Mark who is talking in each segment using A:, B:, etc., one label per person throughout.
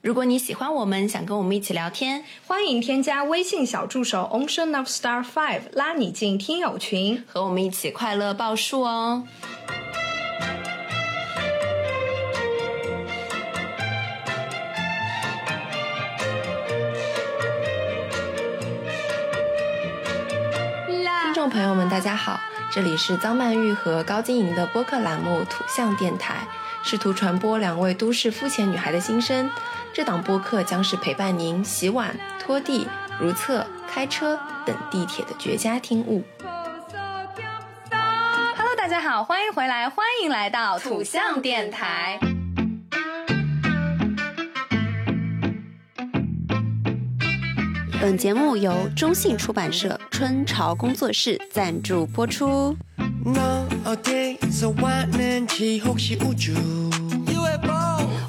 A: 如果你喜欢我们，想跟我们一起聊天，
B: 欢迎添加微信小助手 Ocean of Star Five，拉你进听友群。
A: 和我们一起快乐报数哦。听众朋友们，大家好，这里是张曼玉和高晶莹的播客栏目《土象电台》，试图传播两位都市肤浅女孩的心声。这档播客将是陪伴您洗碗、拖地、如厕、开车等地铁的绝佳听物。
B: Hello，大家好，欢迎回来，欢迎来到土象电台。
C: 本节目由中信出版社春潮工作室赞助播出。
D: 너 어디서 왔는지 혹시 우주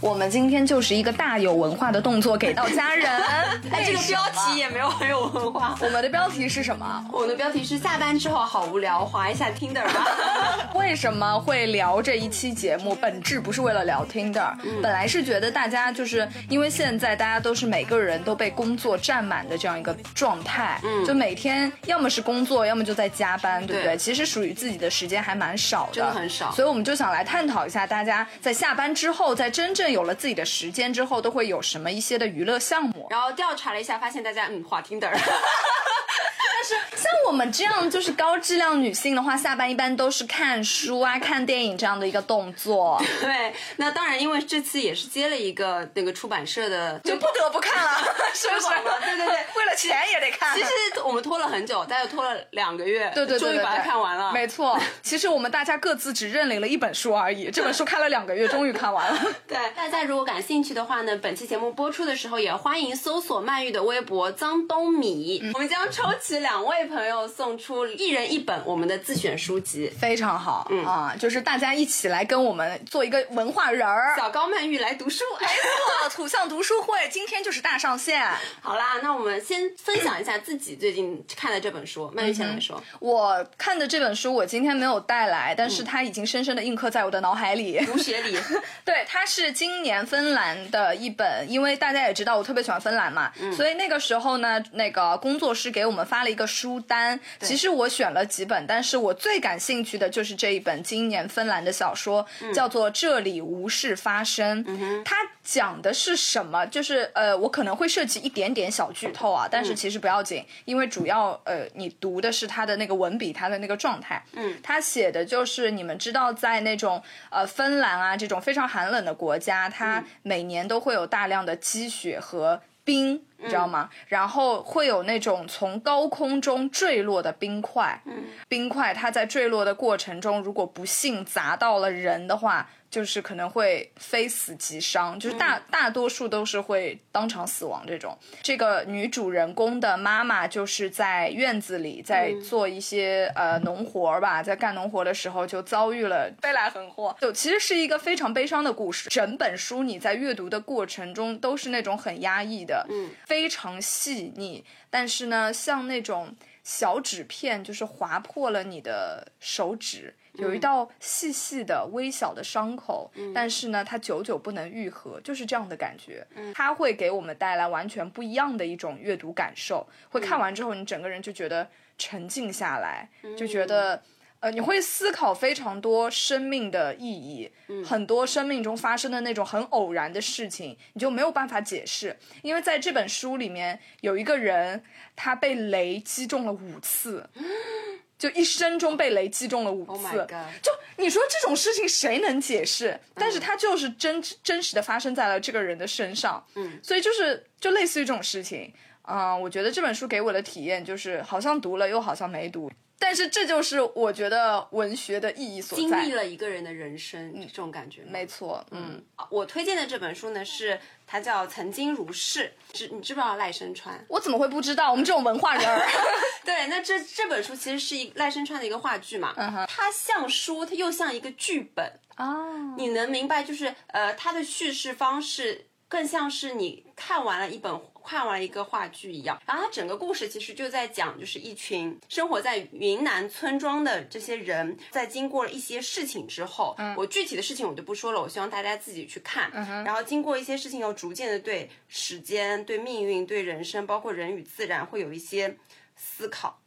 B: 我们今天就是一个大有文化的动作给到家人。 哎，这个标题也没有很有文化。我们的标题是什么？
E: 我的标题是下班之后好无聊，划一下 Tinder 啊 吧。
B: 为什么会聊这一期节目？本质不是为了聊 Tinder，、
E: 嗯
B: 本来是觉得大家就是因为现在大家都是每个人都被工作占满的这样一个状态，就每天要么是工作，要么就在加班，对不对？
E: 嗯对
B: 其实属于自己的时间还蛮少的，
E: 真的很少
B: 所以我们就想来探讨一下，大家在下班之后，在真正有了自己的时间之后，都会有什么一些的娱乐项目。
E: 然后调查了一下，发现大家嗯划 Tinder，
B: 像我们这样就是高质量女性的话，下班一般都是看书啊、看电影这样的一个动作，
E: 对。那当然，因为这次也是接了一个那个出版社的，
B: 就不得不看了，是不是
E: 推广了？对对对，
B: 为了钱也得看。
E: 其实我们拖了很久，大概拖了两个月，
B: 对对对对
E: 终于把它
B: 对
E: 看完了。
B: 没错。其实我们大家各自只认领了一本书而已，这本书看了两个月，终于看完了。
E: 对，大家如果感兴趣的话呢，本期节目播出的时候也欢迎搜索曼玉的微博张东米，
B: 嗯
E: 我们将抽取两位朋友送出一人一本我们的自选书籍。
B: 非常好、啊，就是大家一起来跟我们做一个文化人儿。
E: 小高曼玉来读 书，哎
B: 没错，土象读书会今天就是大上线。
E: 好啦，那我们先分享一下自己最近看的这本书。曼玉先来说，
B: 我看的这本书我今天没有带来，但是它已经深深的印刻在我的脑海里。
E: 《读学 里》
B: 对，它是今年芬兰的一本，因为大家也知道我特别喜欢芬兰嘛，所以那个时候呢，那个工作室给我们发了一个书单。其实我选了几本，但是我最感兴趣的就是这一本今年芬兰的小说，叫做《这里无事发生》。它讲的是什么？就是呃，我可能会涉及一点点小剧透啊，但是其实不要紧，因为主要呃，你读的是它的那个文笔，它的那个状态。嗯，它写的就是你们知道，在那种呃芬兰啊这种非常寒冷的国家，它每年都会有大量的积雪和冰。你知道吗？然后会有那种从高空中坠落的冰块，冰块它在坠落的过程中，如果不幸砸到了人的话，就是可能会非死即伤，就是大、大多数都是会当场死亡这种。这个女主人公的妈妈就是在院子里在做一些、呃农活儿吧，在干农活的时候就遭遇了飞来横祸，就其实是一个非常悲伤的故事。整本书你在阅读的过程中都是那种很压抑的，嗯，非常细腻，但是呢，像那种。小纸片就是划破了你的手指，有一道细细的、微小的伤口，但是呢，它久久不能愈合，就是这样的感觉。它会给我们带来完全不一样的一种阅读感受。会看完之后，你整个人就觉得沉静下来，就觉得。呃，你会思考非常多生命的意义，
E: 嗯
B: 很多生命中发生的那种很偶然的事情，你就没有办法解释。因为在这本书里面，有一个人他被雷击中了五次，就一生中被雷击中了五
E: 嗯 Oh
B: 次。
E: my god！
B: 就你说这种事情谁能解释？
E: 嗯
B: 但是它就是真真实的发生在了这个人的身上，嗯，所以就是就类似于这种事情，啊、我觉得这本书给我的体验就是好像读了又好像没读，但是这就是我觉得文学的意义所
E: 经
B: 在
E: 历。了一个人的人生，这种感觉吗。啊
B: 没错，嗯，
E: 我推荐的这本书呢是它叫《曾经如是》，知你知不知道赖声川？
B: 我怎么会不知道？我们这种文化 人儿，
E: 对，嗯那这这本书其实是一赖声川的一个话剧嘛，它像书，它又像一个剧本啊。你能明白，就是呃，它的叙事方式更像是你看完了一本看完了一个话剧一样。然后它整个故事其实就在讲，就是一群生活在云南村庄的这些人，在经过了一些事情之后，我具体的事情我就不说了，我希望大家自己去看。然后经过一些事情，又逐渐的对时间、对命运、对人生，包括人与自然，会有一些思考。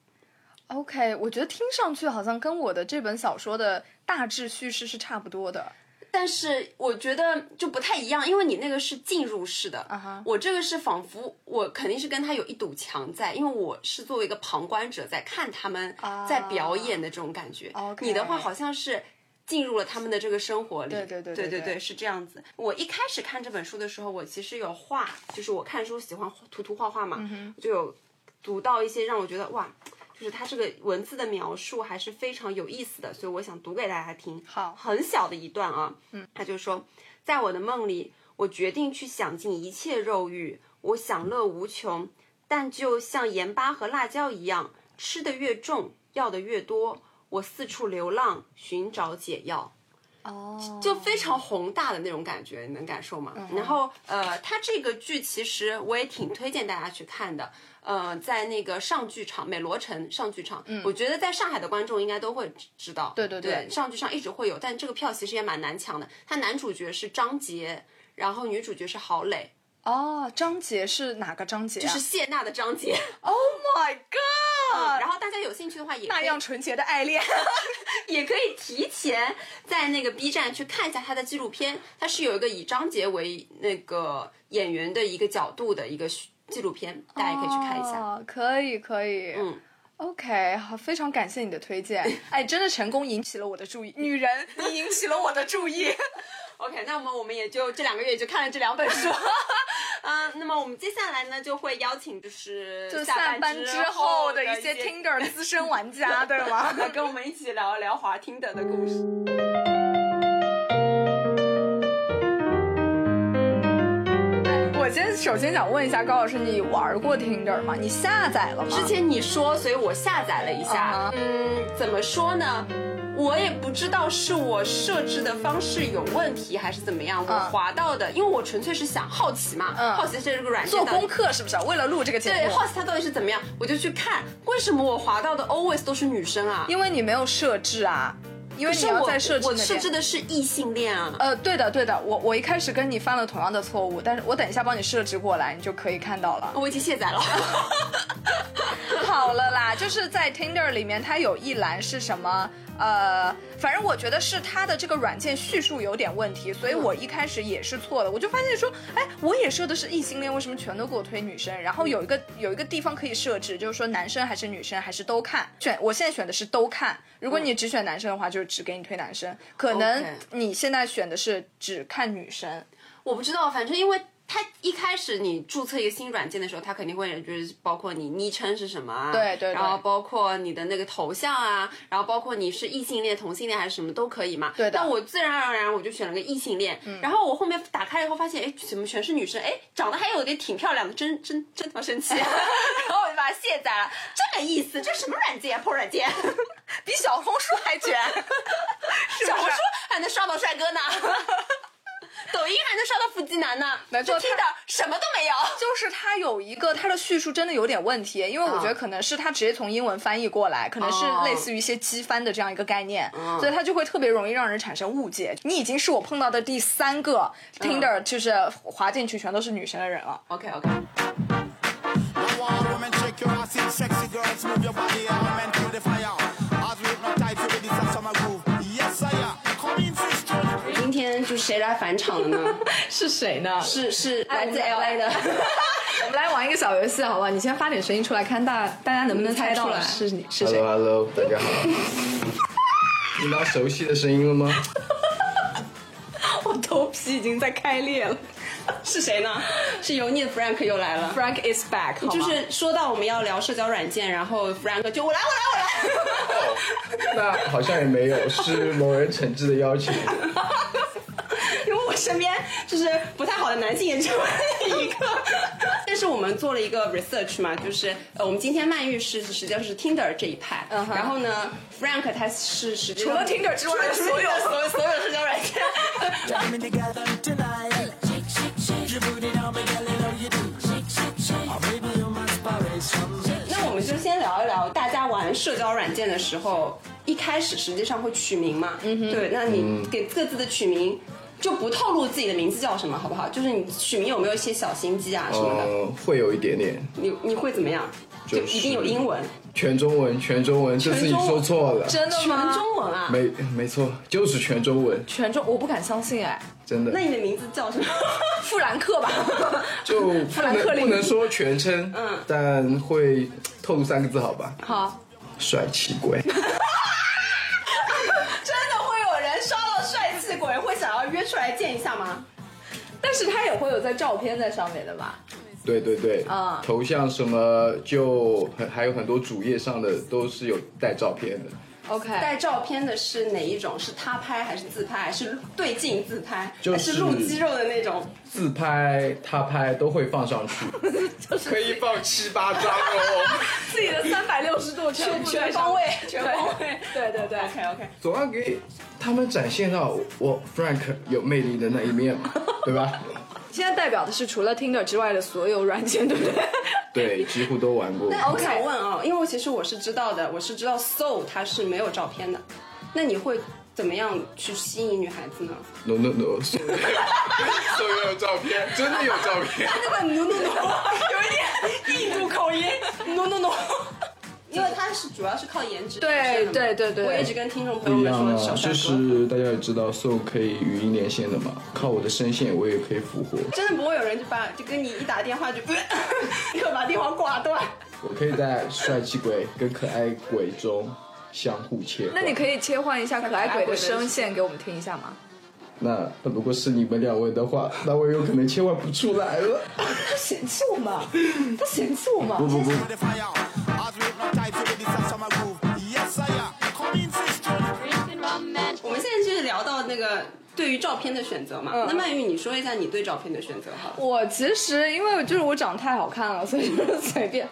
B: OK，我觉得听上去好像跟我的这本小说的大致叙事是差不多的。
E: 但是我觉得就不太一样，因为你那个是进入式的
B: 啊哈
E: 我这个是仿佛我肯定是跟他有一堵墙在，因为我是作为一个旁观者在看他们
B: 啊
E: 在表演的这种感觉。
B: OK
E: 你的话好像是。进入了他们的这个生活里，
B: 对对对
E: 对
B: 对
E: 对
B: 对
E: 是这样子。我一开始看这本书的时候，我其实有画，就是我看书喜欢涂涂画画嘛，
B: 嗯
E: 就有读到一些让我觉得哇，就是它这个文字的描述还是非常有意思的，所以我想读给大家听。
B: 好
E: 很小的一段啊，嗯，他就说，在我的梦里，我决定去享尽一切肉欲，我享乐无穷，但就像盐巴和辣椒一样，吃的越重，要的越多。我四处流浪，寻找解药。
B: 哦，嗯
E: 就非常宏大的那种感觉，你能感受吗？然后呃，它这个剧其实我也挺推荐大家去看的。呃，在那个上剧场美罗城上剧场，我觉得在上海的观众应该都会知知道。
B: 嗯对对
E: 对
B: 对
E: 上剧场一直会有，但这个票其实也蛮难抢的。它男主角是张杰，然后女主角是郝蕾，
B: 哦，张杰是哪个张杰、啊？
E: 就是谢娜的张杰。
B: Oh my God！、
E: 然后大家有兴趣的话也可以
B: 嗯那样纯洁的爱恋，
E: 也可以提前在那个 B 站去看一下他的纪录片，它是有一个以张杰为那个演员的一个角度的一个纪录片，大家也可以去看一下。
B: 哦、可以可以，
E: 嗯。
B: OK，好，非常感谢你的推 荐。哎，真的成功引起了我的注意，女人，你 引起了我的注意。
E: OK，那么我们也就这两个月也就看了这两本书。 嗯，那么我们接下来呢就会邀请就是
B: 就
E: 下
B: 下
E: 班
B: 班
E: 之
B: 之后
E: 的
B: 的一些 Tinder 资深玩 家，对吗？
E: 来跟我们一起聊一聊华听的的故事。
B: 我先首先想问一下高老师，你玩过 Tinder 吗？你下载了吗？
E: 之前你说，所以我下载了一下
B: 啊哈。
E: 嗯，怎么说呢？我也不知道是我设置的方式有问题还是怎么样，我
B: 嗯
E: 滑到的，因为我纯粹是想好奇嘛，
B: 嗯
E: 好奇这个软件
B: 做
E: 到底
B: 功课是不是？为了录这个节
E: 对，
B: 目
E: 好，奇它到底是怎么样，我就去看，为什么我滑到的 always 都是女生啊？
B: 因为你没有设置啊，因
E: 可
B: 为
E: 是
B: 你要
E: 我
B: 在设置
E: 我
B: 那
E: 设
B: 边
E: 置的是异性恋啊。
B: 呃，对的，对的，我我一开始跟你犯了同样的错误，但是我等一下帮你设置过来，你就可以看到了。
E: 我已经卸载了，
B: 好了啦，就是在 Tinder 里面，它有一栏是什么？呃，反正我觉得是它的这个软件叙述有点问题，所以我一开始也是错的，我就发现说，哎，我也设的是异性恋，为什么全都给我推女生？然后有一个有一个地方可以设置，就是说男生还是女生还是都看，选我现在选的是都看。如果你只选男生的话，就是只给你推男生，可能
E: OK
B: 你现在选的是只看女生。
E: 我不知道，反正因为它一开始你注册一个新软件的时候，它肯定会就是包括你昵称是什么啊，
B: 对对对
E: 然后包括你的那个头像啊，然后包括你是异性恋、同性恋还是什么都可以嘛。
B: 对的嗯
E: 但我自然而然我就选了个异性恋，然后我后面打开以后发现，哎，怎么全是女生？哎，长得还有点挺漂亮的，真真真他妈生 气，然后我就把它卸载了。这个意思，这什么软件啊？破软件，
B: 比小红书 还卷，是
E: 小
B: 不
E: 红
B: 是
E: 书？还能刷到帅 哥呢。抖音还能刷到腹肌男呢，
B: 没错
E: 这 Tinder 什么都没有。
B: 就是它有一个它的叙述真的有点问题，因为我觉得可能是它直接从英文翻译过来，可能是类似于一些机翻的这样一个概念，所以它就会特别容易让人产生误解。你已经是我碰到的第三个 Tinder 就是滑进去全都是女生的人了。
E: OK OK，
F: I want women shake your ass in sexy girls, move your body element to the fire. As we hypnotize you with this a summer groove. Yes, I am. Come in, sister.
E: 今天就是谁来返场了呢？
G: 是谁呢？
E: 是是哎来自
G: 我们
E: LA 的，
G: 我们来玩一个小游戏，好不好？你先发点声音出来，看大大家能不能猜到
E: 猜出来
G: 是你是
H: Hello
G: 谁？
H: Hello，大 家好。听到熟悉的声音了吗？
G: 我头皮已经在开裂了。
E: 是谁呢？是油腻的 Frank 又来了。
G: Frank is back，好吗
E: 就是说到我们要聊社交软件，然后 Frank 就我来我来我
G: 哦
E: 来，
H: 那好像也没有，是某人诚挚的邀请。
E: 因为我身边就是不太好的男性也只有 一个。但是我们做了一个 research 嘛，就是呃，我们今天曼玉是实际上是 Tinder 这一派，
G: 嗯哼
E: 然后呢，Frank 他是实际
G: 除
E: 上
G: 了 Tinder 之外的
E: 除
G: 所
E: 了
G: 有
E: Tinder 所有所有社交软件。
F: Coming together tonight. Give
E: 那我们就先聊一聊，大家玩社交软件的时候，一开始实际上会取名嘛？嗯哼。对，那你给各自的取名，就不透露自己的名字叫什么，好不好？就是你取名有没有一些小心机啊什么的？
H: 呃，会有一点点，
E: 你你会怎么样？就
H: 就是
E: 一定有英文，
H: 全中文，全中文，这次你说错了，
I: 真的
E: 全
I: 吗？
E: 中文啊？
H: 没没错，就是全中文，
I: 全中，我不敢相信哎，
H: 真的
E: 那。你的名字叫什么？
I: 富兰克吧，
H: 就 不能
I: 富兰克林
H: 不能说全称，
E: 嗯
H: 但会透露三个字，好吧？
I: 好，
H: 帅气 鬼，
E: 真的会有人刷到帅气鬼会想要约出来见一下吗？
I: 但是他也会有在照片在上面的吧？
H: 对对对，
I: 啊
H: 头像什么就很还有很多主页上的都是有带照片的，
I: OK，
E: 带照片的是哪一种？是他拍还是自拍？还是对镜自拍？
H: 就
E: 还
H: 是
E: 是露肌肉的那种？
H: 自拍、他拍都会放 上去，可以放七八张哦，
I: 自己的三百六十度全部
E: 全
I: 在
E: 方
I: 上
E: 位
I: 面，
E: 全方位。
I: 对对对
E: OK OK，
H: 总要给他们展现到我我 Frank 有魅力的那一面 嘛，对吧？
I: 现在代表的是除了 Tinder 之外的所有软件，对不对？
H: 对，几乎都玩过。
E: 我想问啊、因为其实我是知道的，我是知道 Soul 它是没有照片的，那你会怎么样去吸引女孩子 呢？
H: No no no，所 以所以有照片，真的有照 片。
E: 那个 no no no 有一点印度口音 no no no，因为它是主要是靠颜值
I: 对
E: 呈现的嘛
I: 对对对
H: 哎
E: 我一直跟听众
H: 不
E: 朋友
H: 一
E: 们
H: 样
E: 说，小
H: 啊，
E: 帅
H: 就
E: 哥。
H: 是大家也知道，so 可以语音连线的嘛，靠我的声线我也可以复活，
E: 真的不会有人就把就跟你一打电话就 立刻把电话挂断。
H: 我可以在帅气鬼跟可爱鬼中相互切换。
B: 那你可以切换一下可爱鬼的声线给我们听一下吗？
H: 那如果是你们两位的话，那我有可能切换不出来了。
I: 他嫌弃我们，他嫌弃我们。
H: 不不不，
F: the fire. As we hypnotize you with the sound of my groove. Yes, I am. Come in, sister.
E: 我们现在就是聊到那个对于照片的选择嘛。那曼玉，你说一下你对照片的选择好了。
B: 我其实因为就是我长得太好看了，所以就是随便。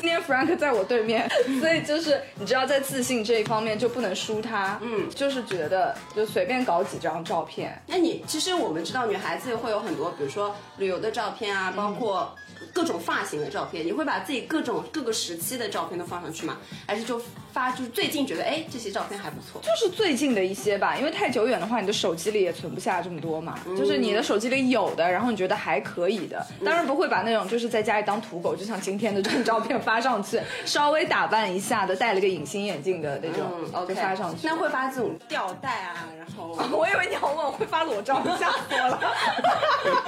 B: 今天 Frank 在我对面，所以就是你知道，在自信这一方面就不能输他。嗯，就是觉得就随便搞几张照片，
E: 那你其实我们知道女孩子会有很多，比如说旅游的照片啊，包括各种发型的照片，你会把自己各种各个时期的照片都放上去吗？还是就发就是最近觉得哎这些照片还不错？
B: 就是最近的一些吧，因为太久远的话，你的手机里也存不下这么多嘛。就是你的手机里有的，然后你觉得还可以的，当然不会把那种就是在家里当土狗，就像今天的这种照片发上去， 稍微打扮一下的，戴了个隐形眼镜的那种，
E: 嗯，OK，
B: 就发上去。
E: 那会发这种吊带啊，然 后
B: 我以为你要问我会发裸照，吓死我了！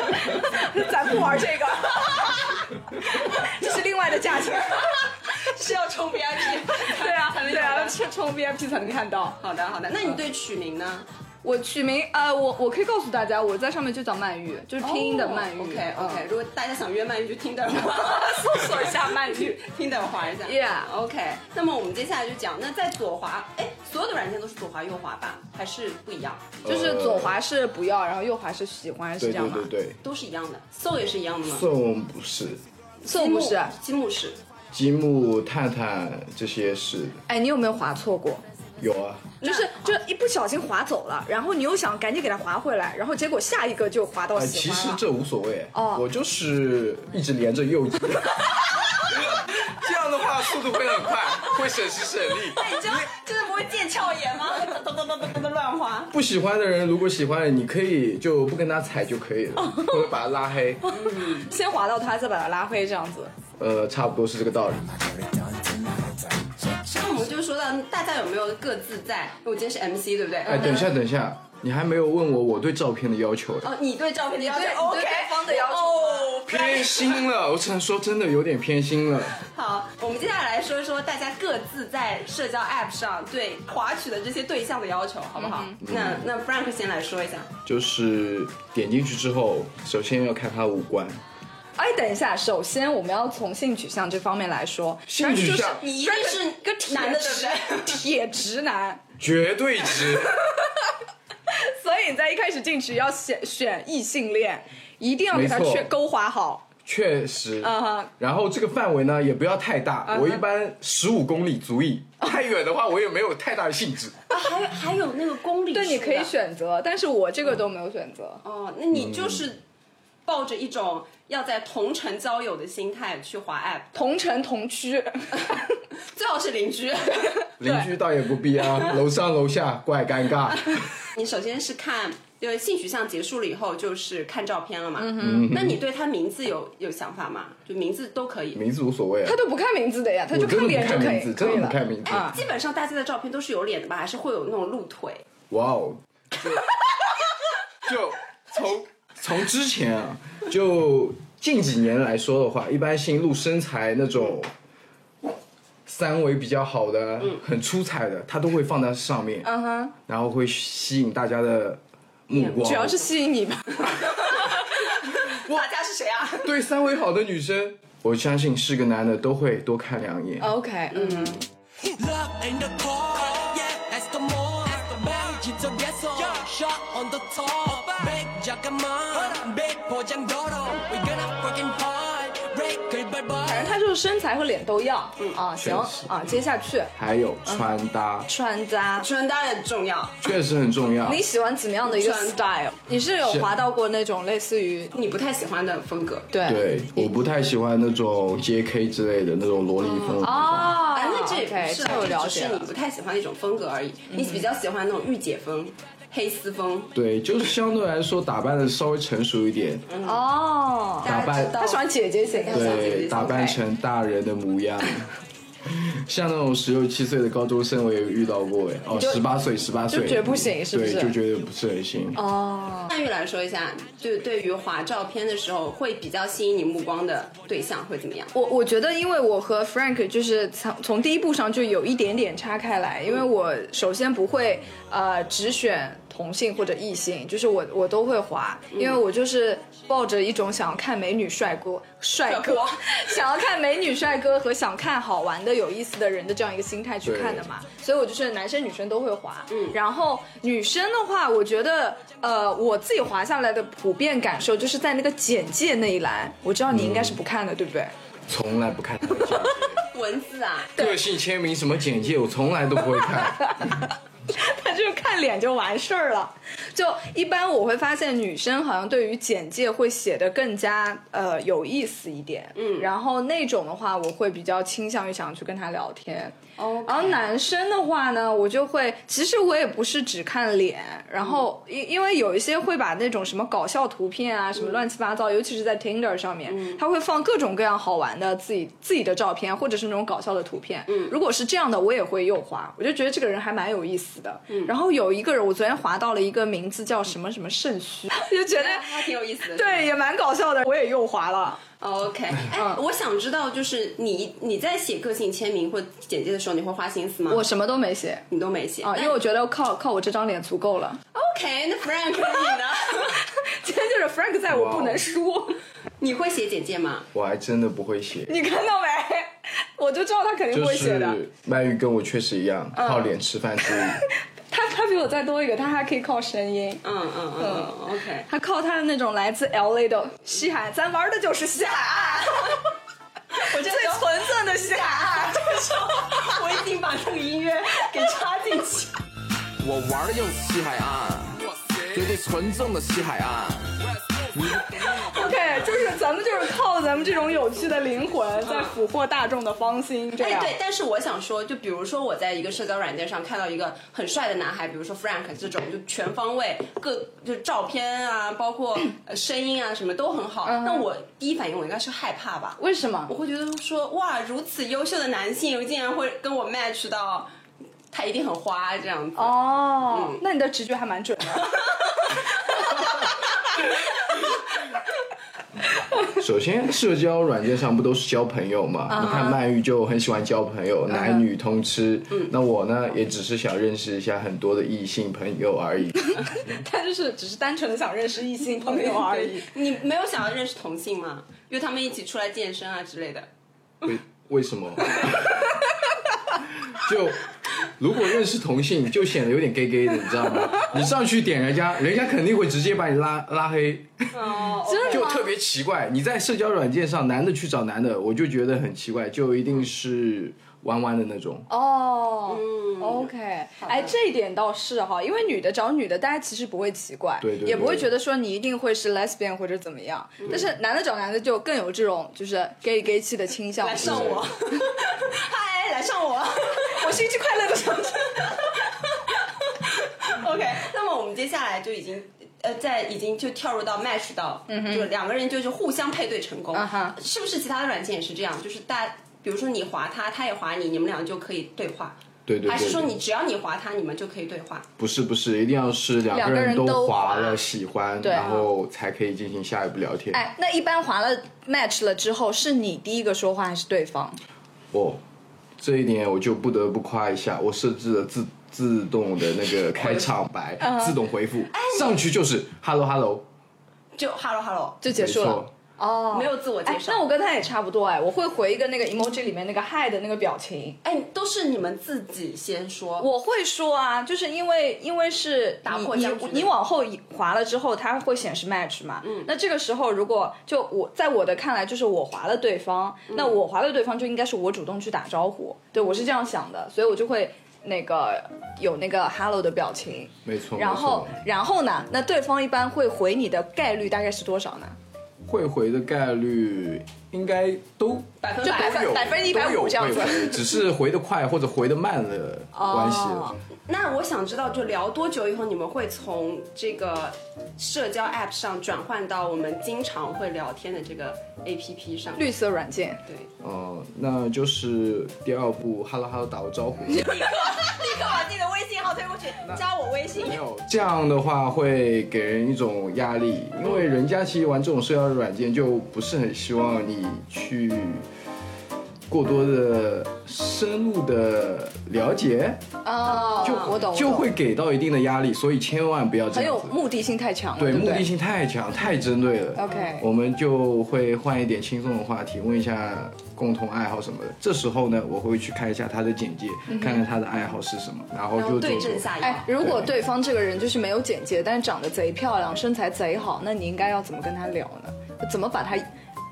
B: 咱不玩这个， 这是另外的价 钱。
E: 是要充 VIP，
B: 对啊，对啊，
E: 的
B: 是充 VIP 才能看到。
E: 好的好的，那你对取名呢？
B: 我取名呃，我我可以告诉大家，我在上面就叫曼玉，就是拼音的
H: 哦
B: 曼玉。
E: 哦 OK
B: 嗯
E: OK，如果大家想约曼玉，就听等 我搜索一下曼玉， 听等滑一下。
B: Yeah
E: OK，那么我们接下来就讲，那在左滑，哎，所有的软件都是左滑右滑吧，还是不一样？
B: 就是左滑是不要，然后右滑是喜欢，是
H: 对
B: 这样
H: 呃对
B: 吗
H: 对？对，
E: 都是一样的，搜也是一样的吗？
H: 宋不是，
B: 这不是。
E: 积木是，啊
H: 积木、探探这些是
B: 哎，你有没有滑错过？
H: 有啊，
B: 就是就一不小心滑走了，然后你又想赶紧给它滑回来，然后结果下一个就滑到
H: 呃，
B: 喜
H: 其
B: 欢
H: 实
B: 了。
H: 这无所谓，
B: 哦
H: 我就是一直连 着右键。这样的话速度会很快，会省时省力。
E: 你 这样真的不会腱鞘炎吗？ 咚咚咚咚咚的乱 滑。
H: 不喜欢的人，如果喜欢了，你可以就不跟他踩就可以
B: 哦
H: 了，或者把他拉黑，
B: 先滑到它，再把它拉黑，这样子。
H: 呃，差不多是这个道理。
E: 那我们就说到大家有没有各自在？因为我今天是 MC 对不对？
H: 哎，等一下，等一下，你还没有问我我对照片的要求。
E: 哦，你对照片的要求
B: 对你对
E: OK，
B: 对方的要求
E: 哦，
H: 偏心了，我只能说真的有点偏心了。
E: 好，我们接下来说一说大家各自在社交 App 上对划取的这些对象的要求，好不好？那那 Frank 先来说一下，
H: 就是点进去之后，首先要看他五官，
B: 哎，等一下，首先我们要从性取向这方面来说，
H: 性取向
E: 你一定是
B: 个铁
E: 男的对不
B: 直
E: 对？
B: 铁直男，
H: 绝对值。
B: 所以你在一开始进去要选选异性恋，一定要给他
H: 没错
B: 圈勾划好。
H: 确实
B: 嗯哼
H: 然后这个范围呢也不要太大
B: 嗯
H: 我一般十五公里足矣，太远的话我也没有太大的兴 致。
E: 啊，还有还有那个公里
B: 对，
E: 数
B: 你可以
E: 的嗯
B: 选择，但是我这个都没有选择。
E: 哦，那你就是抱着一种要在同城交友的心态去滑 app，
B: 同城同区，
E: 最好是邻居。
H: 邻居倒也不必 啊，楼上楼下怪尴尬。
E: 你首先是看，因为性取向结束了以后，就是看照片了嘛。嗯那你对他名字有有想法吗？就名字都可以。
H: 名字无所谓啊
B: 他，都不看名字的呀，他就
H: 我真的不
B: 脸就
H: 看
B: 可
H: 名
B: 以
H: 字，
B: 可
H: 真
B: 以
H: 的
B: 了
H: 不。看名字。
B: 啊
E: 基本上大家的照片都是有脸的吧，还是会有那种露腿。
H: 哇哦，就就从从之前啊，就近几年来说的话，一般性录身材那种三围比较好的、很出彩的，他都会放在上面，
B: 嗯哼，
H: 然后会吸引大家的目光。
B: 主要是吸引你吧。
E: 大家是谁啊？
H: 对三围好的女生，我相信是个男的都会多看两眼。
B: OK，嗯，
D: Love in the core, yeah, that's the more. 말 집중해서 shot on the top. Big 잠깐만, big 포장 걸어. We gonna fucking hard, break 을 밟아.
B: 反正他就是身材和脸都要。啊，行
H: 确实
B: 啊，接下去
H: 还有
B: 嗯
H: 穿搭，
B: 穿搭。
E: 穿搭很重要。
H: 确实很重要。
B: 你喜欢怎么样的一个
E: 穿
B: style？你是有
H: 是
B: 滑到过那种类似于
E: 你不太喜欢的风格。
B: 对
H: 对，我不太喜欢那种 J.K. 之类的那种萝莉风。
B: 啊
E: 啊，那这也
B: OK，
E: 不是啊
B: 这我了
E: 只
B: 解
E: 是你
B: 了。嗯
E: 不太喜欢一种风格而已。你比较喜欢那种御姐风、黑丝风。
H: 对，就是相对来说打扮的稍微成熟一点，
B: 嗯哦，
H: 打扮
B: 他喜欢姐姐型的。
H: 对打扮成大人的模样。像那种十六七岁的高中生，我也遇到过哎，哦，
B: 就
H: 十八岁，十八岁
B: 就觉得不行是不是
H: 对，就觉得不是很行。
B: 哦，
E: 汉语来说一下，就对于滑照片的时候，会比较吸引你目光的对象会怎么样？
B: 我我觉得，因为我和 Frank 就是从从第一步上就有一点点岔开来，因为我首先不会呃只选同性或者异性，就是我我都会滑，因为我就是抱着一种想要看美女帅哥帅
E: 帅
B: 哥
E: 哥，
B: 想要看美女帅哥和想看好玩的有意思的人的这样一个心态去看的嘛，所以我就是男生女生都会滑，嗯，然后女生的话，我觉得呃我自己滑下来的普遍感受就是在那个简介那一栏，我知道你应该是不看的，对不对？
H: 从来不看他的简 介
E: 文字啊，
H: 个性签名什么简介，我从来都不会看。
B: 他就是看脸就完事儿了。就一般我会发现女生好像对于简介会写的更加呃有意思一点，嗯，然后那种的话我会比较倾向于想去跟他聊天。
E: OK
B: 然后男生的话呢，我就会其实我也不是只看脸，然后
E: 嗯
B: 因、因为有一些会把那种什么搞笑图片啊，什么乱七八糟，尤其是在 Tinder 上面，
E: 嗯
B: 他会放各种各样好玩的自己自己的照片，或者是那种搞笑的图片。嗯，如果是这样的，我也会右滑，我就觉得这个人还蛮有意思的。嗯，然后有一个人，我昨天滑到了一个名字叫什么什么肾虚，我 就觉得
E: 哎还挺有意思的。
B: 对也蛮搞笑的，我也右滑了。
E: ，OK。哎，
B: 嗯
E: 我想知道，就是你你在写个性签名或简介的时候，你会花心思吗？
B: 我什么都没写
E: 你都没写
B: 啊，因为我觉得靠靠我这张脸足够了。
E: OK，那 Frank 你呢？
B: 今天就是 Frank 在我不
E: 哦
B: 能输。
E: 你会写简介吗？
H: 我还真的不会写，
B: 你看到没？我就知道他肯定
H: 就
B: 不会写的。嗯
H: 是曼玉跟我确实一样，靠脸吃饭吃。
B: 他他比我再多一个，他还可以靠声音，
E: 嗯嗯嗯嗯，OK。
B: 他靠他的那种来自 L A 的西海，咱玩的就是西海岸。我最纯正的西海岸，就是
E: 我已经把这个音乐给插进去。
J: 我玩的就是西海岸，绝对纯正的西海岸。
B: OK，就是咱们就是靠咱们这种有趣的灵魂，在俘获大众的芳心，这
E: 哎，
B: 样。
E: 对，但是我想说，就比如说我在一个社交软件上看到一个很帅的男孩，比如说 Frank 这种，就全方位各就照片啊，包括呃声音啊，什么都很好。那我第一反应我应该是害怕吧，
B: 为什么
E: 我？会觉得说哇，如此优秀的男性竟然会跟我 match 到，他一定很花这样子。
B: 哦，
E: 嗯
B: 那你的直觉还蛮准的。
H: 首先，社交软件上不都是交朋友
E: 啊
H: 嘛？你看曼玉就很喜欢交朋友，男女通吃。
E: 嗯
H: 那我呢，也只是想认识一下很多的异性朋友 而已。
B: 他就是只是单纯的想认识异性朋友哦而已。
E: 你没有想要认识同性吗？约他们一起出来健身啊之类的。
H: 为为什么？ 就如果认识同性，就显得有点 gay gay 的， 你知道吗？你上去点人家，人家肯定会直接把你拉拉黑。
E: 哦，
B: 真的
H: 就
B: 吗？
H: 特别奇怪。你在社交软件上，男的去找男的，我就觉得很奇怪，就一定是弯弯的那种。
B: 哦，嗯，OK，哎，这一点倒是哈，因为女的找女的，大家其实不会奇怪，
H: 对对对
B: 也不会觉得说你一定会是 lesbian 或者怎么样，但是男的找男的就更有这种就是 gay gay 气的倾向。
E: 来上我，嗨，来上 我，
B: 我是一只快乐的小鸡。
E: OK，那么我们接下来就已经。呃，在已经就跳入到 match 到，就两个人就是互相配对成功
B: 嗯啊哈
E: 是不是其他的软件也是这样？就是大，比如说你划他，他也划你，你们俩就可以对话，
H: 对对对对。
E: 还是说你只要你划他，你们就可以对话？
H: 不是不是，一定要是两
B: 两
H: 个
B: 个人
H: 人
B: 都
H: 都
B: 滑
H: 滑了喜欢，
B: 对啊
H: 然后才可以进行下一步聊 天。
B: 哎，那一般划了 match 了之后，是你第一个说话还是对方？
H: 哦，这一点我就不得不夸一下，我设置了自自动的那个开场 白，
B: 嗯
H: 自动回复，
B: 哎
H: 上去就是 hello hello，
E: 就 hello hello，
B: 就结
H: 没
B: 束了
H: 错。，
B: 哦，
E: 没有自我介
B: 哎，
E: 绍。
B: 那我跟他也差不多哎，我会回一个那个 emoji 里面那个 hi 的那个表情。
E: 哎，都是你们自己先说。
B: 我会说啊，就是因为因为是
E: 打
B: 你
E: 破
B: 你
E: 僵局
B: 你往后滑了之后，它会显示 match 嘛。嗯。那这个时候，如果就我在我的看来，就是我滑了对方，
E: 嗯
B: 那我滑了对方就应该是我主动去打招呼。对我是这样想的，所以我就会那个有那个 hello 的表情。
H: 没错。
B: 然后
H: 没错
B: 然后呢，那对方一般会回你的概率大概是多少呢？
H: 会回的概率应该都
E: 百分
B: 就百
E: 百。
B: 分
H: 有
B: 百分之一百
H: 都有
B: 五这样子哦
H: 会回只是回的快或者回的慢的关系了。
E: 那我想知道，就聊多久以后你们会从这个社交 app 上转换到我们经常会聊天的这个 app 上？
B: 绿色软件。
E: 对，
H: 哦、那就是第二步，hello hello 打个招呼。
E: 立刻把自己的微信号推过去，加我微信
H: 没有这样的话会给人一种压力，因为人家其实玩这种社交软件就不是很希望你去过多的深入的了解，
B: 哦，
H: 就
B: 我懂，我
H: 就
B: 懂
H: 会给到一定的压力，所以千万不要这
B: 很
H: 样
B: 有
H: 子。
B: 目的性太强了，
H: 对，
B: 对不
H: 目
B: 对
H: 的性太强，太针对了。
B: OK
H: 我们就会换一点轻松的话题，问一下共同爱好什么的。这时候呢，我会去看一下他的简介，
B: 嗯
H: 看看他的爱好是什么，然后
E: 然
H: 就
E: 后对
H: 做
E: 症下
B: 哎，
E: 药。
B: 如果对方这个人就是没有简介，但是长得贼漂亮，身材贼好，那你应该要怎么跟他聊呢？怎么把他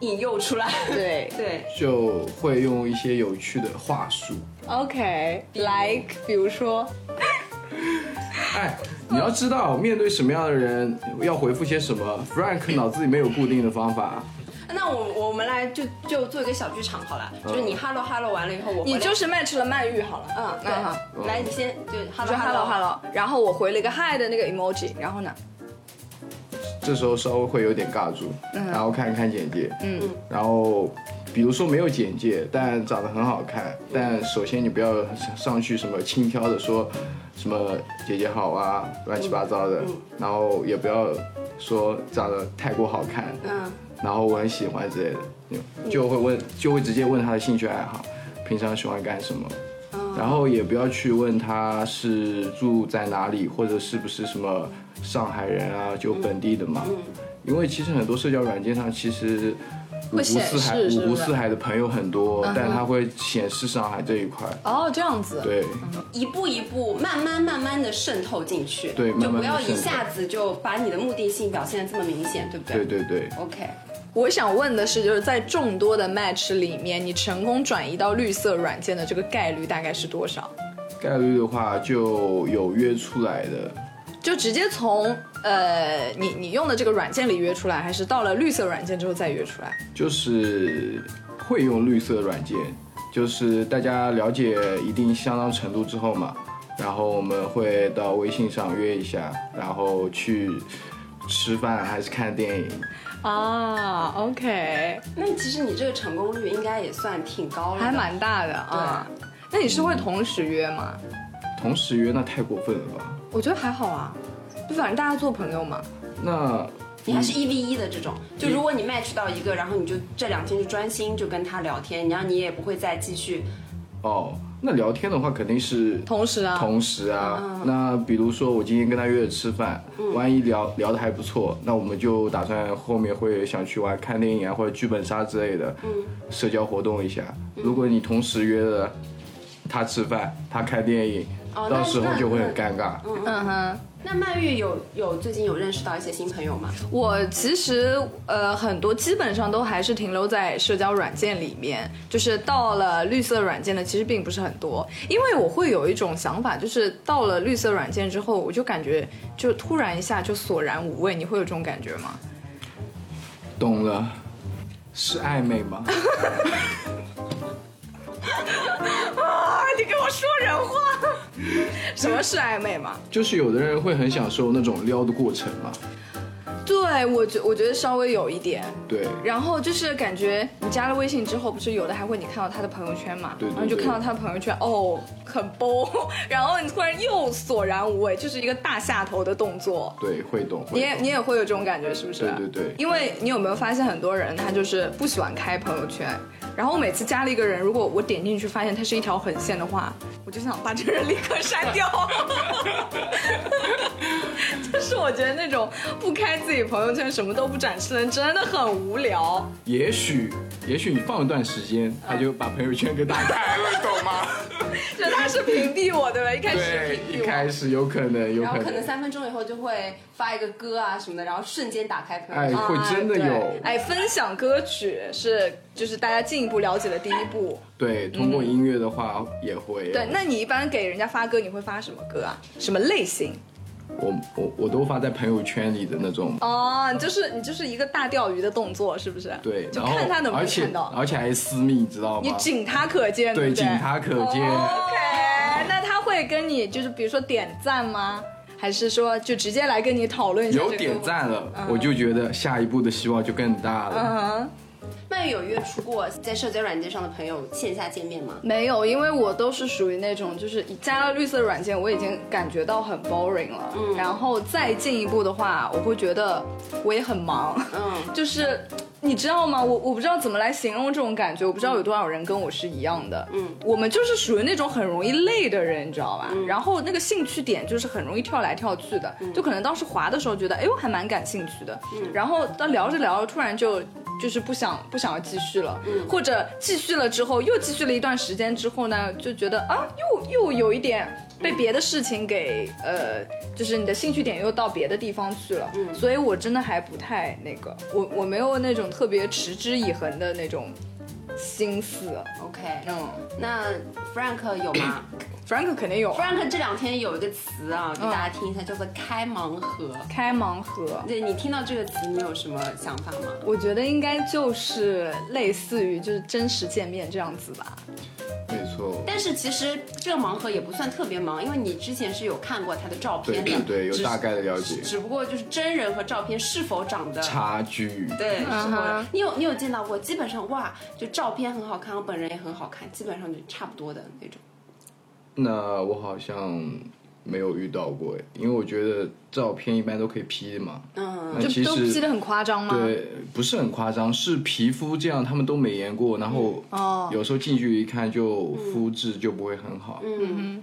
E: 引诱出来。
B: 对
E: 对，
H: 就会用一些有趣的话术。
B: OK，like，比如说，
H: 哎，你要知道面对什么样的人要回复些什么。Frank 脑子里没有固定的方法，
E: 那我我们来就就做一个小剧场好了，就是你 hello hello 完了以后，我回来
B: 你就是 match 了曼玉好了，
E: 嗯
B: 那好，
E: 对，来你先就
B: 我
E: hello
B: 说啊 hello hello，然后我回了一个 hi 的那个 emoji，然后呢，
H: 这时候稍微会有点尬住，然后看一看简介，嗯，然后比如说没有简介，但长得很好看，但首先你不要上去什么轻佻的说什么姐姐好啊，乱七八糟的，
B: 嗯
H: 然后也不要说长得太过好看，
E: 嗯，
H: 然后我很喜欢之类的，
B: 嗯
H: 就就会问，就会直接问他的兴趣爱好，平常喜欢干什么，
B: 嗯
H: 然后也不要去问他是住在哪里，或者是不是什么上海人啊，就本地的
B: 嗯
H: 嘛，因为其实很多社交软件上其实。五湖
B: 显
H: 四海，
B: 示是嗯不
H: 五湖
B: 是
H: 四海的朋友很多，但它会显示上海这一块。
B: 哦这样子，
H: 对，
E: 一步一步，慢慢慢慢的渗透进去，
H: 对
E: 就
H: 慢慢地
E: 不要一
H: 渗透
E: 下子就把你的目的性表现的这么明显，对不
H: 对对对，
E: OK，
B: 我想问的是，就是在众多的 match 里面，你成功转移到绿色软件的这个概率大概是多少？
H: 概率的话就有约出来的，
B: 就直接从呃你你用的这个软件里约出来，还是到了绿色软件之后再约出来？
H: 就是会用绿色软件，就是大家了解一定相当程度之后嘛，然后我们会到微信上约一下，然后去吃饭还是看电影，
B: 啊，OK，
E: 那其实你这个成功率应该也算挺高了的，
B: 还蛮大的啊。那你是会同时约吗？
H: 同时约那太过分了吧？
B: 我觉得还好啊，就反正大家做朋友嘛。
H: 那
E: 你还是一 v 一的这种，
H: 嗯
E: 就如果你 match 到一个，然后你就这两天就专心就跟他聊天，然后你也不会再继续。
H: 哦，那聊天的话肯定是
B: 同时啊
H: 同时啊。那比如说我今天跟他约着吃饭，万一聊聊的还不错，那我们就打算后面会想去玩看电影啊或者剧本杀之类的，社交活动一下。如果你同时约了他吃饭，他看电影，
E: 哦那
H: 到时候
E: 那
H: 就会
E: 那
H: 很尴尬。
B: 嗯哼，
E: 那曼玉有有最近有认识到一些新朋友吗？
B: 我其实呃很多基本上都还是停留在社交软件里面，就是到了绿色软件的其实并不是很多，因为我会有一种想法，就是到了绿色软件之后，我就感觉就突然一下就索然无味，你会有这种感觉吗？
H: 懂了，是暧昧吗？
B: 啊，你跟我说人话， 什么是暧昧嘛？
H: 就是有的人会很享受那种撩的过程嘛，
B: 对我觉我觉得稍微有一点，
H: 对，
B: 然后就是感觉你加了微信之后，不是有的还会你看到他的朋友圈嘛，
H: 对对
B: 然后就
H: 对
B: 看到他的朋友圈，哦，很崩， 然后你突然又索然无味，就是一个大下头的动作。
H: 对，会懂，
B: 你
H: 会
B: 也
H: 懂。
B: 你也会有这种感觉，是不是？
H: 对对对
B: 因为你有没有发现很多人他就是不喜欢开朋友圈，然后我每次加了一个人，如果我点进去发现他是一条横线的话，我就想把这个人立刻删掉。 就是我觉得那种不开自己朋友圈什么都不展示的人真的很无聊。
H: 也许，也许你放一段时间，他就把朋友圈给打开了，懂吗？
B: 就他是屏蔽我，对吧？一开始是
H: 对，
B: 屏蔽
H: 一
B: 我。
H: 开始有可能，有
E: 然后
H: 可
E: 可能
H: 能，
E: 三分钟以后就会发一个歌啊什么的，然后瞬间打开朋友啊
H: 哎，
E: 圈。
H: 会真的有，
B: 哎，分享歌曲是就是大家进一步了解的第一步。
H: 对，通过音乐的话也会。
B: 对，那你一般给人家发歌，你会发什么歌啊？什么类型？
H: 我我我都发在朋友圈里的那种，
B: 哦，你就是你就是一个大钓鱼的动动作，是不是？
H: 对，
B: 就
H: 然后
B: 看他能不
H: 而
B: 能
H: 且
B: 看到，
H: 而且还私密，你知道
B: 你
H: 吗？
B: 仅他可见，
H: 对，
B: 不对？哦
H: 仅他可见。
B: OK，那他会跟你就是比如说点赞吗？还是说就直接来跟你讨论一下这
H: 有
B: 个
H: 点
B: 问题？
H: 赞了，我就觉得下一步的希望就更大了。
B: 嗯。
E: 曼玉有约出过在社交软件上的朋友线下见面吗？
B: 没有，因为我都是属于那种，就是一加了绿色软件，我已经感觉到很 boring 了。
H: 嗯
B: 然后再进一步的话，我会觉得我也很忙。
E: 嗯
B: 就是你知道吗？我我不知道怎么来形容这种感觉，我不知道有多少人跟我是一样的。嗯，我们就是属于那种很容易累的人，你知道吧？然后那个兴趣点就是很容易跳来跳去的，就可能当时滑的时候觉得，哎呦还蛮感兴趣的，然后到聊着聊着突然就。就是不想不想要继续了，或者继续了之后又继续了一段时间之后呢，就觉得啊，又又有一点被别的事情给呃，就是你的兴趣点又到别的地方去了，
E: 嗯
B: 所以我真的还不太那个，我我没有那种特别持之以恒的那种心思，
E: ，OK，
B: 嗯
E: 那 Frank 有 吗
B: ，Frank 肯定有啊
E: ？Frank 这两天有一个词啊，给大家
H: 嗯
E: 听一下，叫做“开盲盒
B: 开盲盒”。。
E: 对你听到这个词，你有什么想法吗？
B: 我觉得应该就是类似于就是真实见面这样子吧，
H: 没错，
E: 但是其实这个盲盒也不算特别盲，因为你之前是有看过他的照
H: 对
E: 片的，
H: 对对，有
E: 只
H: 大概的了解。
E: 只不过就是真人和照片是否长得
H: 差距，
E: 对，是否
B: 嗯哼
E: 你有你有见到过？基本上哇，就照片很好看，我本人也很好看，基本上就差不多的那种。
H: 那我好像没有遇到过，因为我觉得照片一般都可以 P 嘛。
E: 嗯，
H: 那其
B: 就都
H: 实
B: 记得很夸张吗？
H: 对，不是很夸张，是皮肤这样，他们都美颜过，然后
B: 哦
H: 有时候近距离看就肤质就不会很好，
B: 嗯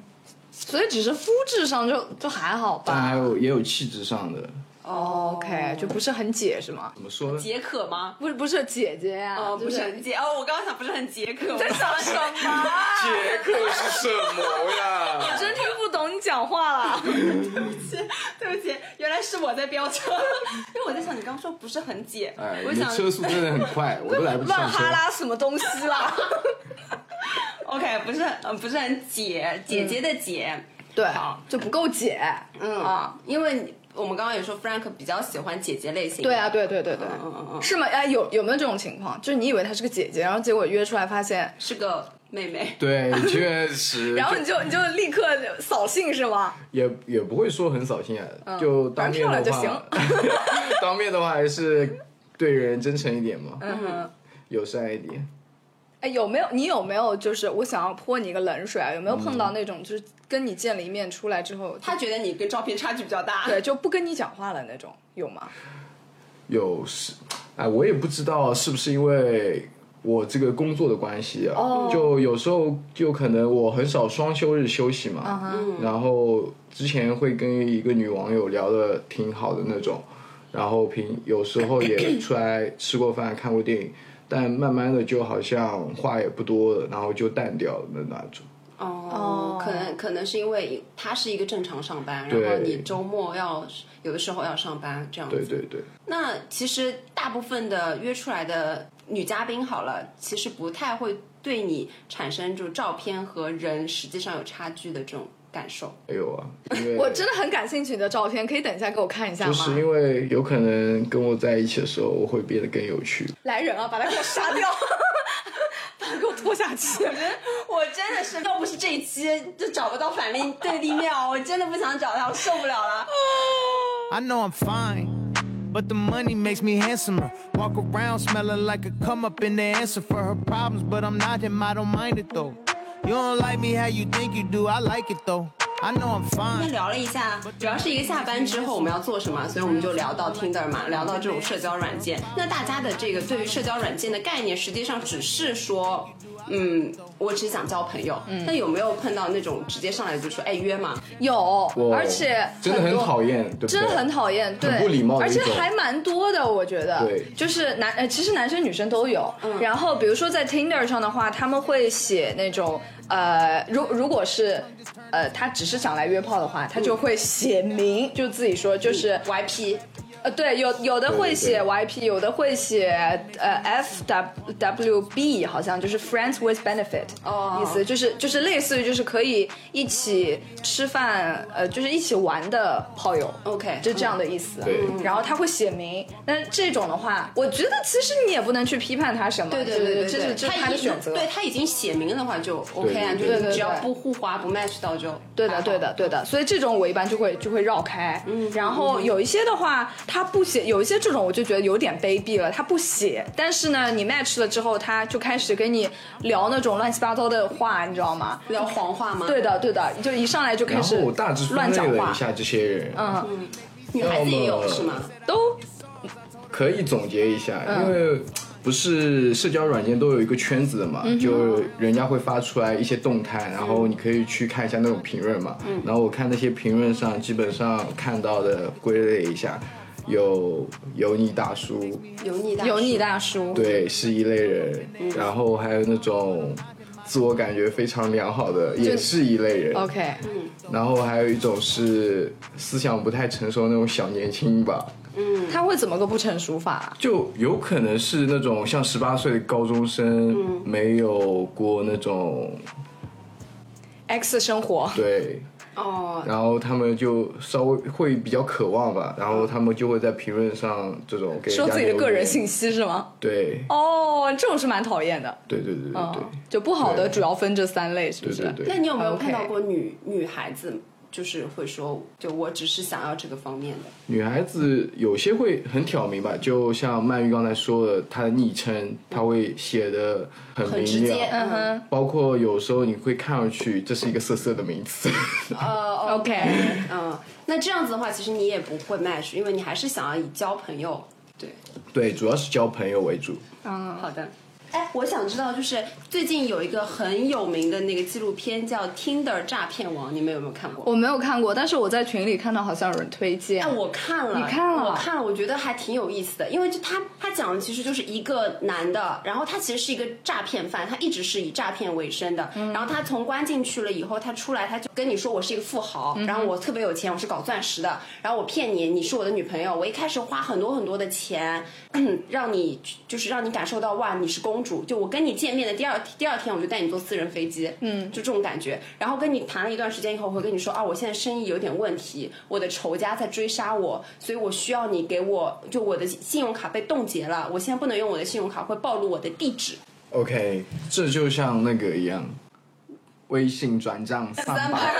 B: 所以只是肤质上就就还好
H: 但还
B: 吧。哦
H: 有也有气质上的，
B: OK，就不是很解是吗？
H: 怎么说呢？
E: 解渴吗？
B: 不是不是姐姐呀、
E: 哦，
B: 啊就
E: 不是很解哦，我刚刚想不是很解渴，
B: 在想什么？
H: 杰克是什么呀？
B: 真听不懂 你讲话了。
E: 对不起，原来是我在飙车， 因为我在想你刚刚说不是很解，
H: 哎，
E: 我
H: 你的
E: 想
H: 车速真的很快，我都来不及
B: 乱
H: 上车
B: 哈。拉什么东西啦？
E: OK，不是很呃不是很解，姐
H: 嗯
E: 姐的解，
B: 对
E: 好，
B: 就不够解。
E: 嗯
B: 啊，
E: 因为你我们刚刚也说 Frank 比较喜欢姐姐类型，
B: 对啊，，对对对对，
E: 嗯嗯嗯
B: 是吗？哎，有有没有这种情况？就是你以为她是个姐姐，然后结果约出来发现，
E: 是个妹妹，
H: 对，确实。
B: 然后你就你就立刻扫兴是吗？
H: 也也不会说很扫兴啊，
B: 嗯
H: 就当面
B: 反
H: 的
B: 正
H: 话，
B: 漂亮
H: 当面的话还是对人真诚一点嘛，
B: 嗯哼。
H: 友善一点。
B: 哎，有没有你有没有就是我想要泼你一个冷水啊？有没有碰到那种就是跟你见了一面出来之后，
E: 她觉得你跟照片差距比较大，
B: 对就不跟你讲话了那种，有吗？
H: 有是，哎，我也不知道是不是因为我这个工作的关系啊，就有时候就可能我很少双休日休息嘛，然后之前会跟一个女网友聊的挺好的那种，然后平有时候也出来吃过饭、看过电影，但慢慢的就好像话也不多了，然后就淡掉了那种。
E: 哦，哦，可能可能是因为他是一个正常上班，然
H: 对
E: 后你周末要有的时候要上班这样子。
H: 对对对，
E: 那其实大部分的约出来的女嘉宾好了，其实不太会对你产生就照片和人实际上有差距的这种感受。
H: 还有啊，因为
B: 我真的很感兴趣你的照片，可以等一下给我看一下
H: 就
B: 吗？
H: 是因为有可能跟我在一起的时候，我会变得更有趣。
B: 来人啊，把他给我杀 掉，把他给我拖下去。
E: 我真的是，要不是这一期就找不到反例对立面，我真的不想找他，我受不了了。
D: I know I'm fine, but the money makes me handsomer. Walk around smelling like a come up in the answer for her problems, but I'm not him, I don't mind it though. You don't like me how you think you do, I like it though. I know I'm
E: 今天
D: fine.
E: 聊了一下，主要是一个下班之后我们要做什么，所以我们就聊到 Tinder 嘛，聊到这种社交软件。那大家的这个对于社交软件的概念，实际上只是说，嗯，我只想交朋友。那有没有碰到那种直接上来就说，哎，约吗？
B: 有
H: 我，
B: 而且
H: 真的很
B: 多
H: 讨厌，对不对？
B: 真的很讨厌，对，
H: 不礼貌的
B: 而
H: 一种
B: 且还蛮多的，我觉得，
H: 对
B: 就是男，呃，其实男生女生都有。然后比如说在 Tinder 上的话，他们会写那种，呃，如如果是，呃，他只是想来约炮的话，他就会写明，就自己说就是。
E: YP，
B: 呃，对，有有的会写
H: 对
B: YP，有的会写呃 F W B，好像就是 Friends with Benefit，
E: 哦
B: 意思就是就是类似于就是可以一起吃饭，呃，就是一起玩的炮友
E: OK，
B: 就这样的意思。嗯
H: 对
B: 然后他会写明，但这种的话，我觉得其实你也不能去批判他什么，
E: 对对
B: 就
E: 对
B: 是
E: 对对，
B: 这是这是
E: 已
B: 他的
E: 经
B: 选择。
E: 对他已经写明的话就 OK 啊，
H: 对对
E: 就是
B: 对对
E: 只要
B: 对
E: 不互划不 match 到就
B: 对
E: 还
B: 的，
E: 好
B: 对的，对嗯的，所以这种我一般就会就会绕开，然后有一些的话，他不写，有一些这种我就觉得有点卑鄙了，他不写，但是呢，你 match 了之后，他就开始跟你聊那种乱七八糟的话，你知道吗？
E: 聊黄话吗？
B: 对，的，对的，就一上来就开
H: 然后
B: 始
H: 我大致分
B: 乱讲
H: 类了
B: 话
H: 一，下这些人，
B: 嗯，
E: 女孩子也有是吗？
B: 都
H: 可以总结一下，
B: 嗯
H: 因为不是社交软件都有一个圈子的嘛，
B: 嗯
H: 就人家会发出来一些动态，然后你可以去看一下那种评论嘛。
B: 嗯
H: 然后我看那些评论上，基本上看到的归类一下，有油腻大叔，
B: 嗯
E: 油腻大叔
B: 油腻大叔，
H: 对，是一类人，
B: 嗯
H: 然后还有那种。自我感觉非常良好的也是一类人，
B: ，OK，
H: 然后还有一种是思想不太成熟那种小年轻吧，
B: 他会怎么个不成熟法啊？
H: 就有可能是那种像十八岁的高中生，没有过那种
B: X 生活，
H: 对，
E: 哦，
H: 然后他们就稍微会比较渴望吧，然后他们就会在评论上这种给人家
B: 说自己的个人信
H: 息，
B: 息是吗？
H: 对，
B: 哦，这种是蛮讨厌的，
H: 对对对对对
B: 嗯，就不好的
H: 对
B: 主要分这三类，是不
H: 对
B: 是？
H: 对
E: 那
H: 对，
E: 你有没有
B: 啊 OK
E: 看到过女女孩子就是会说，就我只是想要这个方面的？
H: 女孩子有些会很挑明吧，就像曼玉刚才说的，她的昵称她会写的很
E: 很直
H: 明
E: 接
H: 亮，
B: 嗯哼
H: 包括有时候你会看上去这是一个色色的名词，
B: ，OK，
E: 嗯，那这样子的话，其实你也不会 match，因为你还是想要以交朋友。对，
H: 对，主要是交朋友为主。
E: 好的。哎，我想知道，就是最近有一个很有名的那个纪录片叫《Tinder 诈骗王》，你们有没有看过？
B: 我没有看过，但是我在群里看到好像有人推荐
E: 哎，。我看了，
B: 你看了
E: 我看了，我觉得还挺有意思的，因为就他他讲的其实就是一个男的，然后他其实是一个诈骗犯，他一直是以诈骗为生的，
B: 嗯
E: 然后他从关进去了以后，他出来他就跟你说我是一个富豪，
B: 嗯
E: 然后我特别有钱，我是搞钻石的，然后我骗你，你是我的女朋友，我一开始花很多很多的钱， 让你就是让你感受到哇，你是公主。就我跟你见面的第二第二天，我就带你坐私人飞机，嗯，就这种感觉。然后跟你谈了一段时间以后，我会跟你说啊，我现在生意有点问题，我的仇家在追杀我，所以我需要你给我，就我的信用卡被冻结了，我现在不能用我的信用卡，会暴露我的地址。
H: OK，这就像那个一样，微信转账三百，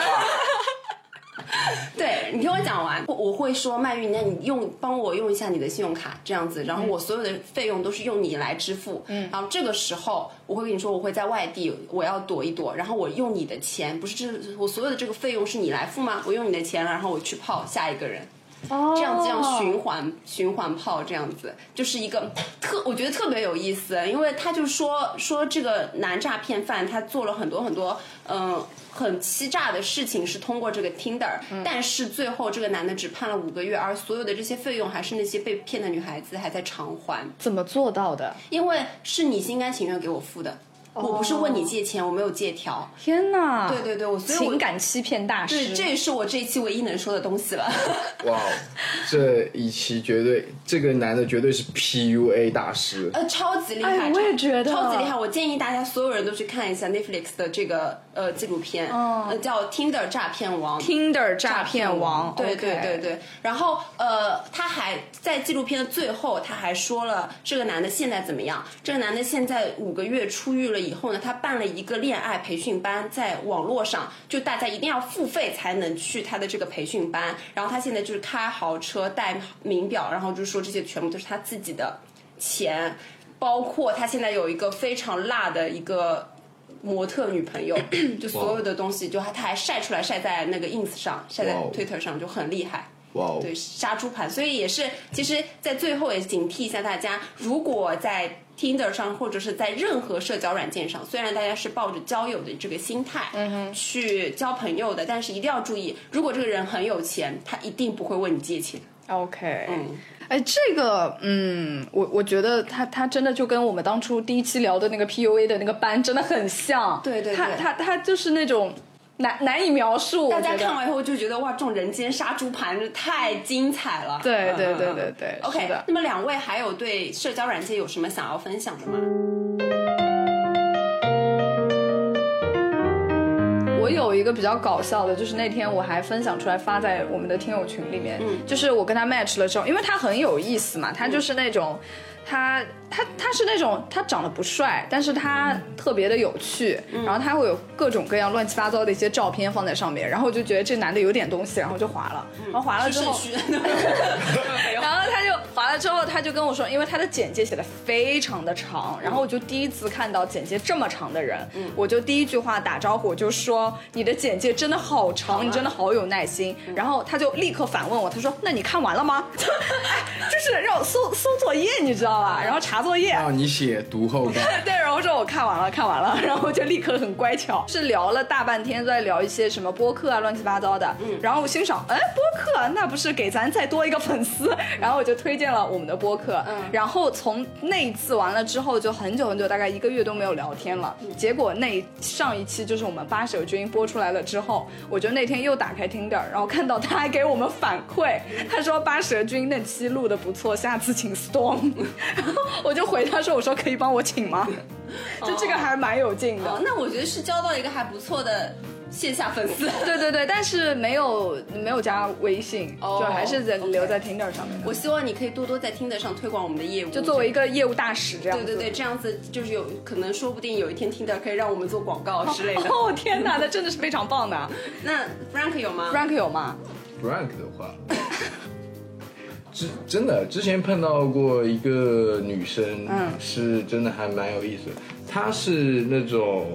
E: 对你听我讲完，我我会说曼玉，那你用帮我用一下你的信用卡这样子，然后我所有的费用都是用你来支付。嗯，然后这个时候我会跟你说，我会在外地，我要躲一躲，然后我用你的钱，不是这我所有的这个费用是你来付吗？我用你的钱了，然后我去泡下一个人。这样这样循环循环泡这样子，就是一个特我觉得特别有意思，因为他就说说这个男诈骗犯他做了很多很多嗯、呃很欺诈的事情，是通过这个 Tinder，、但是最后这个男的只判了五个月，而所有的这些费用还是那些被骗的女孩子还在偿还，
B: 怎么做到的？
E: 因为是你心甘情愿给我付的。我不是问你借钱，我没有借条。
B: 天哪！
E: 对对对，我所以我
I: 情感欺骗大师。
E: 对，这也是我这一期唯一能说的东西了。
H: 哇哦，这一期绝对这个男的绝对是 PUA 大师。
E: 呃，超级厉害！
B: 哎我也觉得
E: 超级厉害。我建议大家所有人都去看一下 Netflix 的这个呃纪录片，呃叫《Tinder 诈骗王》。
B: Tinder 哦诈骗王，
E: 对对
B: OK
E: 对对。然后呃，他还在纪录片的最后，他还说了这个男的现在怎么样？这个男的现在五个月出狱了以后呢，他办了一个恋爱培训班，在网络上，就大家一定要付费才能去他的这个培训班。然后他现在就是开豪车、戴名表，然后就说这些全部都是他自己的钱，包括他现在有一个非常辣的一个。模特女朋 友，就所有的东西，就他他还晒出来，晒在那个 ins 上，晒在
H: 哇哦
E: Twitter 上，就很厉害。
H: 哇哦，
E: 对，杀猪盘，所以也是，其实，在最后也警惕一下大家，如果在 Tinder 上或者是在任何社交软件上，虽然大家是抱着交友的这个心态，去交朋友的，但是一定要注意，如果这个人很有钱，他一定不会问你借钱。
B: OK，
E: 嗯，
B: 哎，这个，嗯，我我觉得他他真的就跟我们当初第一期聊的那个 PUA 的那个班真的很像，
E: 对对对
B: 他他他就是那种难难以描述，
E: 大家
B: 我觉得
E: 看完以后就觉得哇，这种人间杀猪盘这太精彩了。
B: 对
E: 嗯
B: 对
E: 嗯
B: 对
E: 嗯
B: 对对是
E: OK，
B: 的
E: 那么两位还有对社交软件有什么想要分享的吗？
B: 我有一个比较搞笑的，就是那天我还分享出来发在我们的听友群里面，就是我跟他 match 了之后，因为他很有意思嘛，他就是那种。他他他是那种他长得不帅，但是他特别的有趣，然后他会有各种各样乱七八糟的一些照片放在上面，然后我就觉得这男的有点东西，然后就划了，然后划了之
E: 肾
B: 后，
E: 虚。
B: 然后他就划了之后，他就跟我说，因为他的简介写的非常的长，然后我就第一次看到简介这么长的人，我就第一句话打招呼我就说你的简介真的好啊嗯长，你真的好有耐心。然后他就立刻反问我，他说那你看完了吗？ 哎就是让我搜搜作业，你知道吧？然后查作业，
H: 让啊你写读后感。
B: 对，然后说我看完了，看完了， 然后就立刻很乖巧，是聊了大半天，都在聊一些什么播客啊，乱七八糟的。然后我心想，哎，播客那不是给咱再多一个粉丝？然后我就推荐了我们的播客。然后从那一次完了之后，就很久很久，大概一个月都没有聊天了。结果那一上一期就是我们八十有军播出来了之后，我就那天又打开 Tinder，然后看到他还给我们反馈，他说八蛇君那期录的不错，下次请 Storm。然后我就回他说，我说可以帮我请吗？就这个还蛮有劲的。
E: 哦，那我觉得是交到一个还不错的线下粉 丝。
B: 对对对，但是没有没有加微信，
E: 哦
B: 就还是在留在 Tinder 上面的。
E: 我希望你可以多多在听得上推广我们的业务，
B: 就作为一个业务大使这样
E: 对
B: 子。
E: 对对，这样子就是有可能，说不定有一天听得可以让我们做广告之类 的。
B: 哦天哪，那真的是非常棒的。啊
E: 那 Frank 有吗
B: Frank 有吗？
H: Frank 的话，之真的之前碰到过一个女生，
B: 嗯
H: 是真的还蛮有意思的。她是那种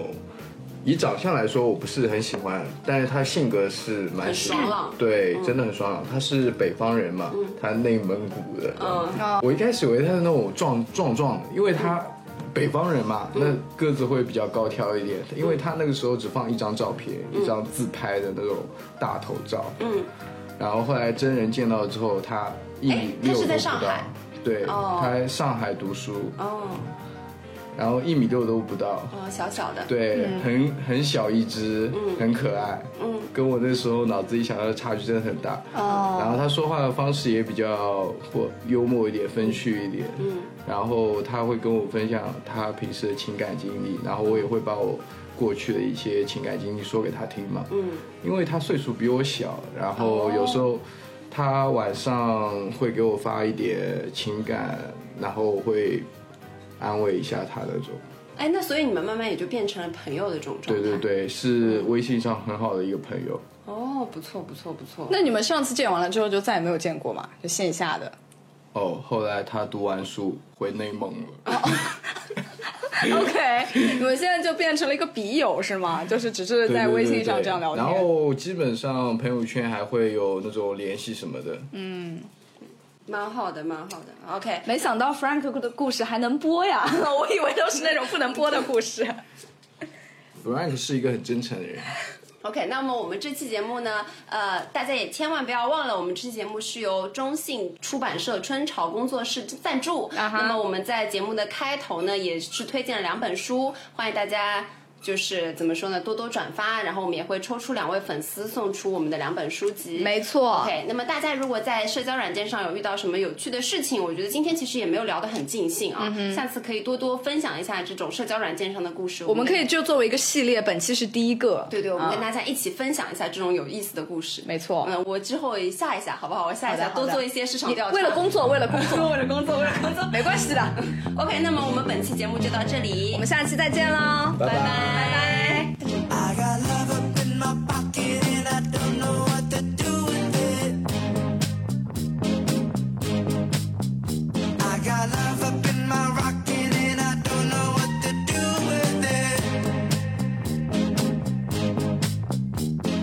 H: 以长相来说我不是很喜欢，但是她性格是蛮喜欢
E: 很爽朗嗯
H: 对，真的很爽朗。她是北方人嘛，她内蒙古的，
E: 哦
H: 我一开始以为她是那种壮壮壮的，因为她。北方人嘛，那
E: 嗯
H: 个子会比较高挑一点，因为她那个时候只放一张照片，
E: 嗯
H: 一张自拍的那种大头照。嗯，然后后来真人见到之后，他一
E: 哎
H: 米
E: 他
H: 六
E: 是
H: 都
E: 在
H: 不
E: 上
H: 到
E: 海，
H: 对，
E: 哦
H: 他在上海读书，
E: 哦
H: 然后一米六都不到，
E: 哦，小小的，
H: 对，很很小一只，很可爱，
E: 嗯
H: 跟我那时候脑子里想到的差距真的很大。然后他说话的方式也比较或幽默一点，风趣一点，嗯，然后他会跟我分享他平时的情感经历，然后我也会把我过去的一些情感经历说给他听嘛，
E: 嗯，
H: 因为他岁数比我小，然后有时候他晚上会给我发一点情感，然后我会安慰一下他那种。
E: 哎，那所以你们慢慢也就变成了朋友的这种状
H: 对
E: 态。
H: 对。对，是微信上很好的一个朋友。
E: 哦，不错不错不错。
B: 那你们上次见完了之后就再也没有见过吗？就线下的。
H: 哦，后来他读完书回内蒙
B: 哦
H: 了。
B: OK，你 们现在就变成了一个笔友是吗？就是只是
H: 对
B: 在
H: 对对
B: 微信
H: 对
B: 上这样聊天。
H: 然后基本上朋友圈还会有那种联系什么的。
B: 嗯
E: 蛮好的蛮好的。OK，
B: 没想到 Frank 的故事还能播呀， 我以为都是那种不能播的故事。
H: Frank 是一个很真诚的人，
E: OK，那么我们这期节目呢，呃，大家也千万不要忘了，我们这期节目是由中信出版社春潮工作室赞助。
I: 啊
E: 那么我们在节目的开头呢，也是推荐了两本书，欢迎大家。就是怎么说呢，多多转发，然后我们也会抽出两位粉丝送出我们的两本书籍。
I: 没错
E: OK，那么大家如果在社交软件上有遇到什么有趣的事情，我觉得今天其实也没有聊得很尽兴
I: 嗯
E: 啊，下次可以多多分享一下这种社交软件上的故事。我
I: 我们可以就作为一个系列，本期是第一个。
E: 对对，我们跟
I: 啊
E: 大家一起分享一下这种有意思的故事。
I: 没错
E: 嗯，我之后也下一下好不好？我下一下
I: 好的好
E: 多
I: 的
E: 做一些市场调查。
I: 为了工作，为了工作，
E: 为了工作，为了工作。
I: 没关系的。
E: OK，那么我们本期节目就到这里，
I: 我们下期再见喽，
E: 拜拜拜拜。
D: I got love up in my pocket and I don't know what to do with it. I got love up in my rocket and I don't know what to do with it.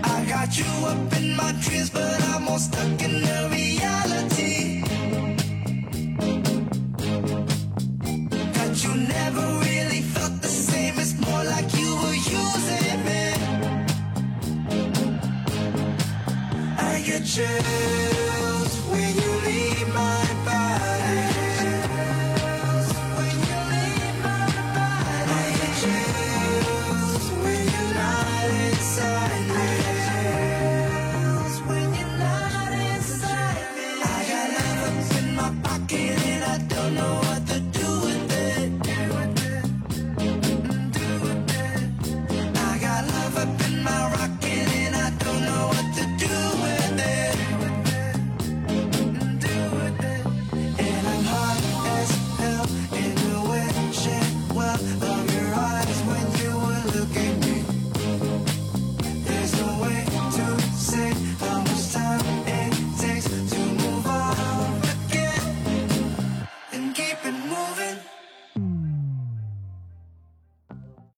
D: I got you up in my dreams, but I'm all stuck in the reality. that you never really felt the same. It's more like you were using me. I get you.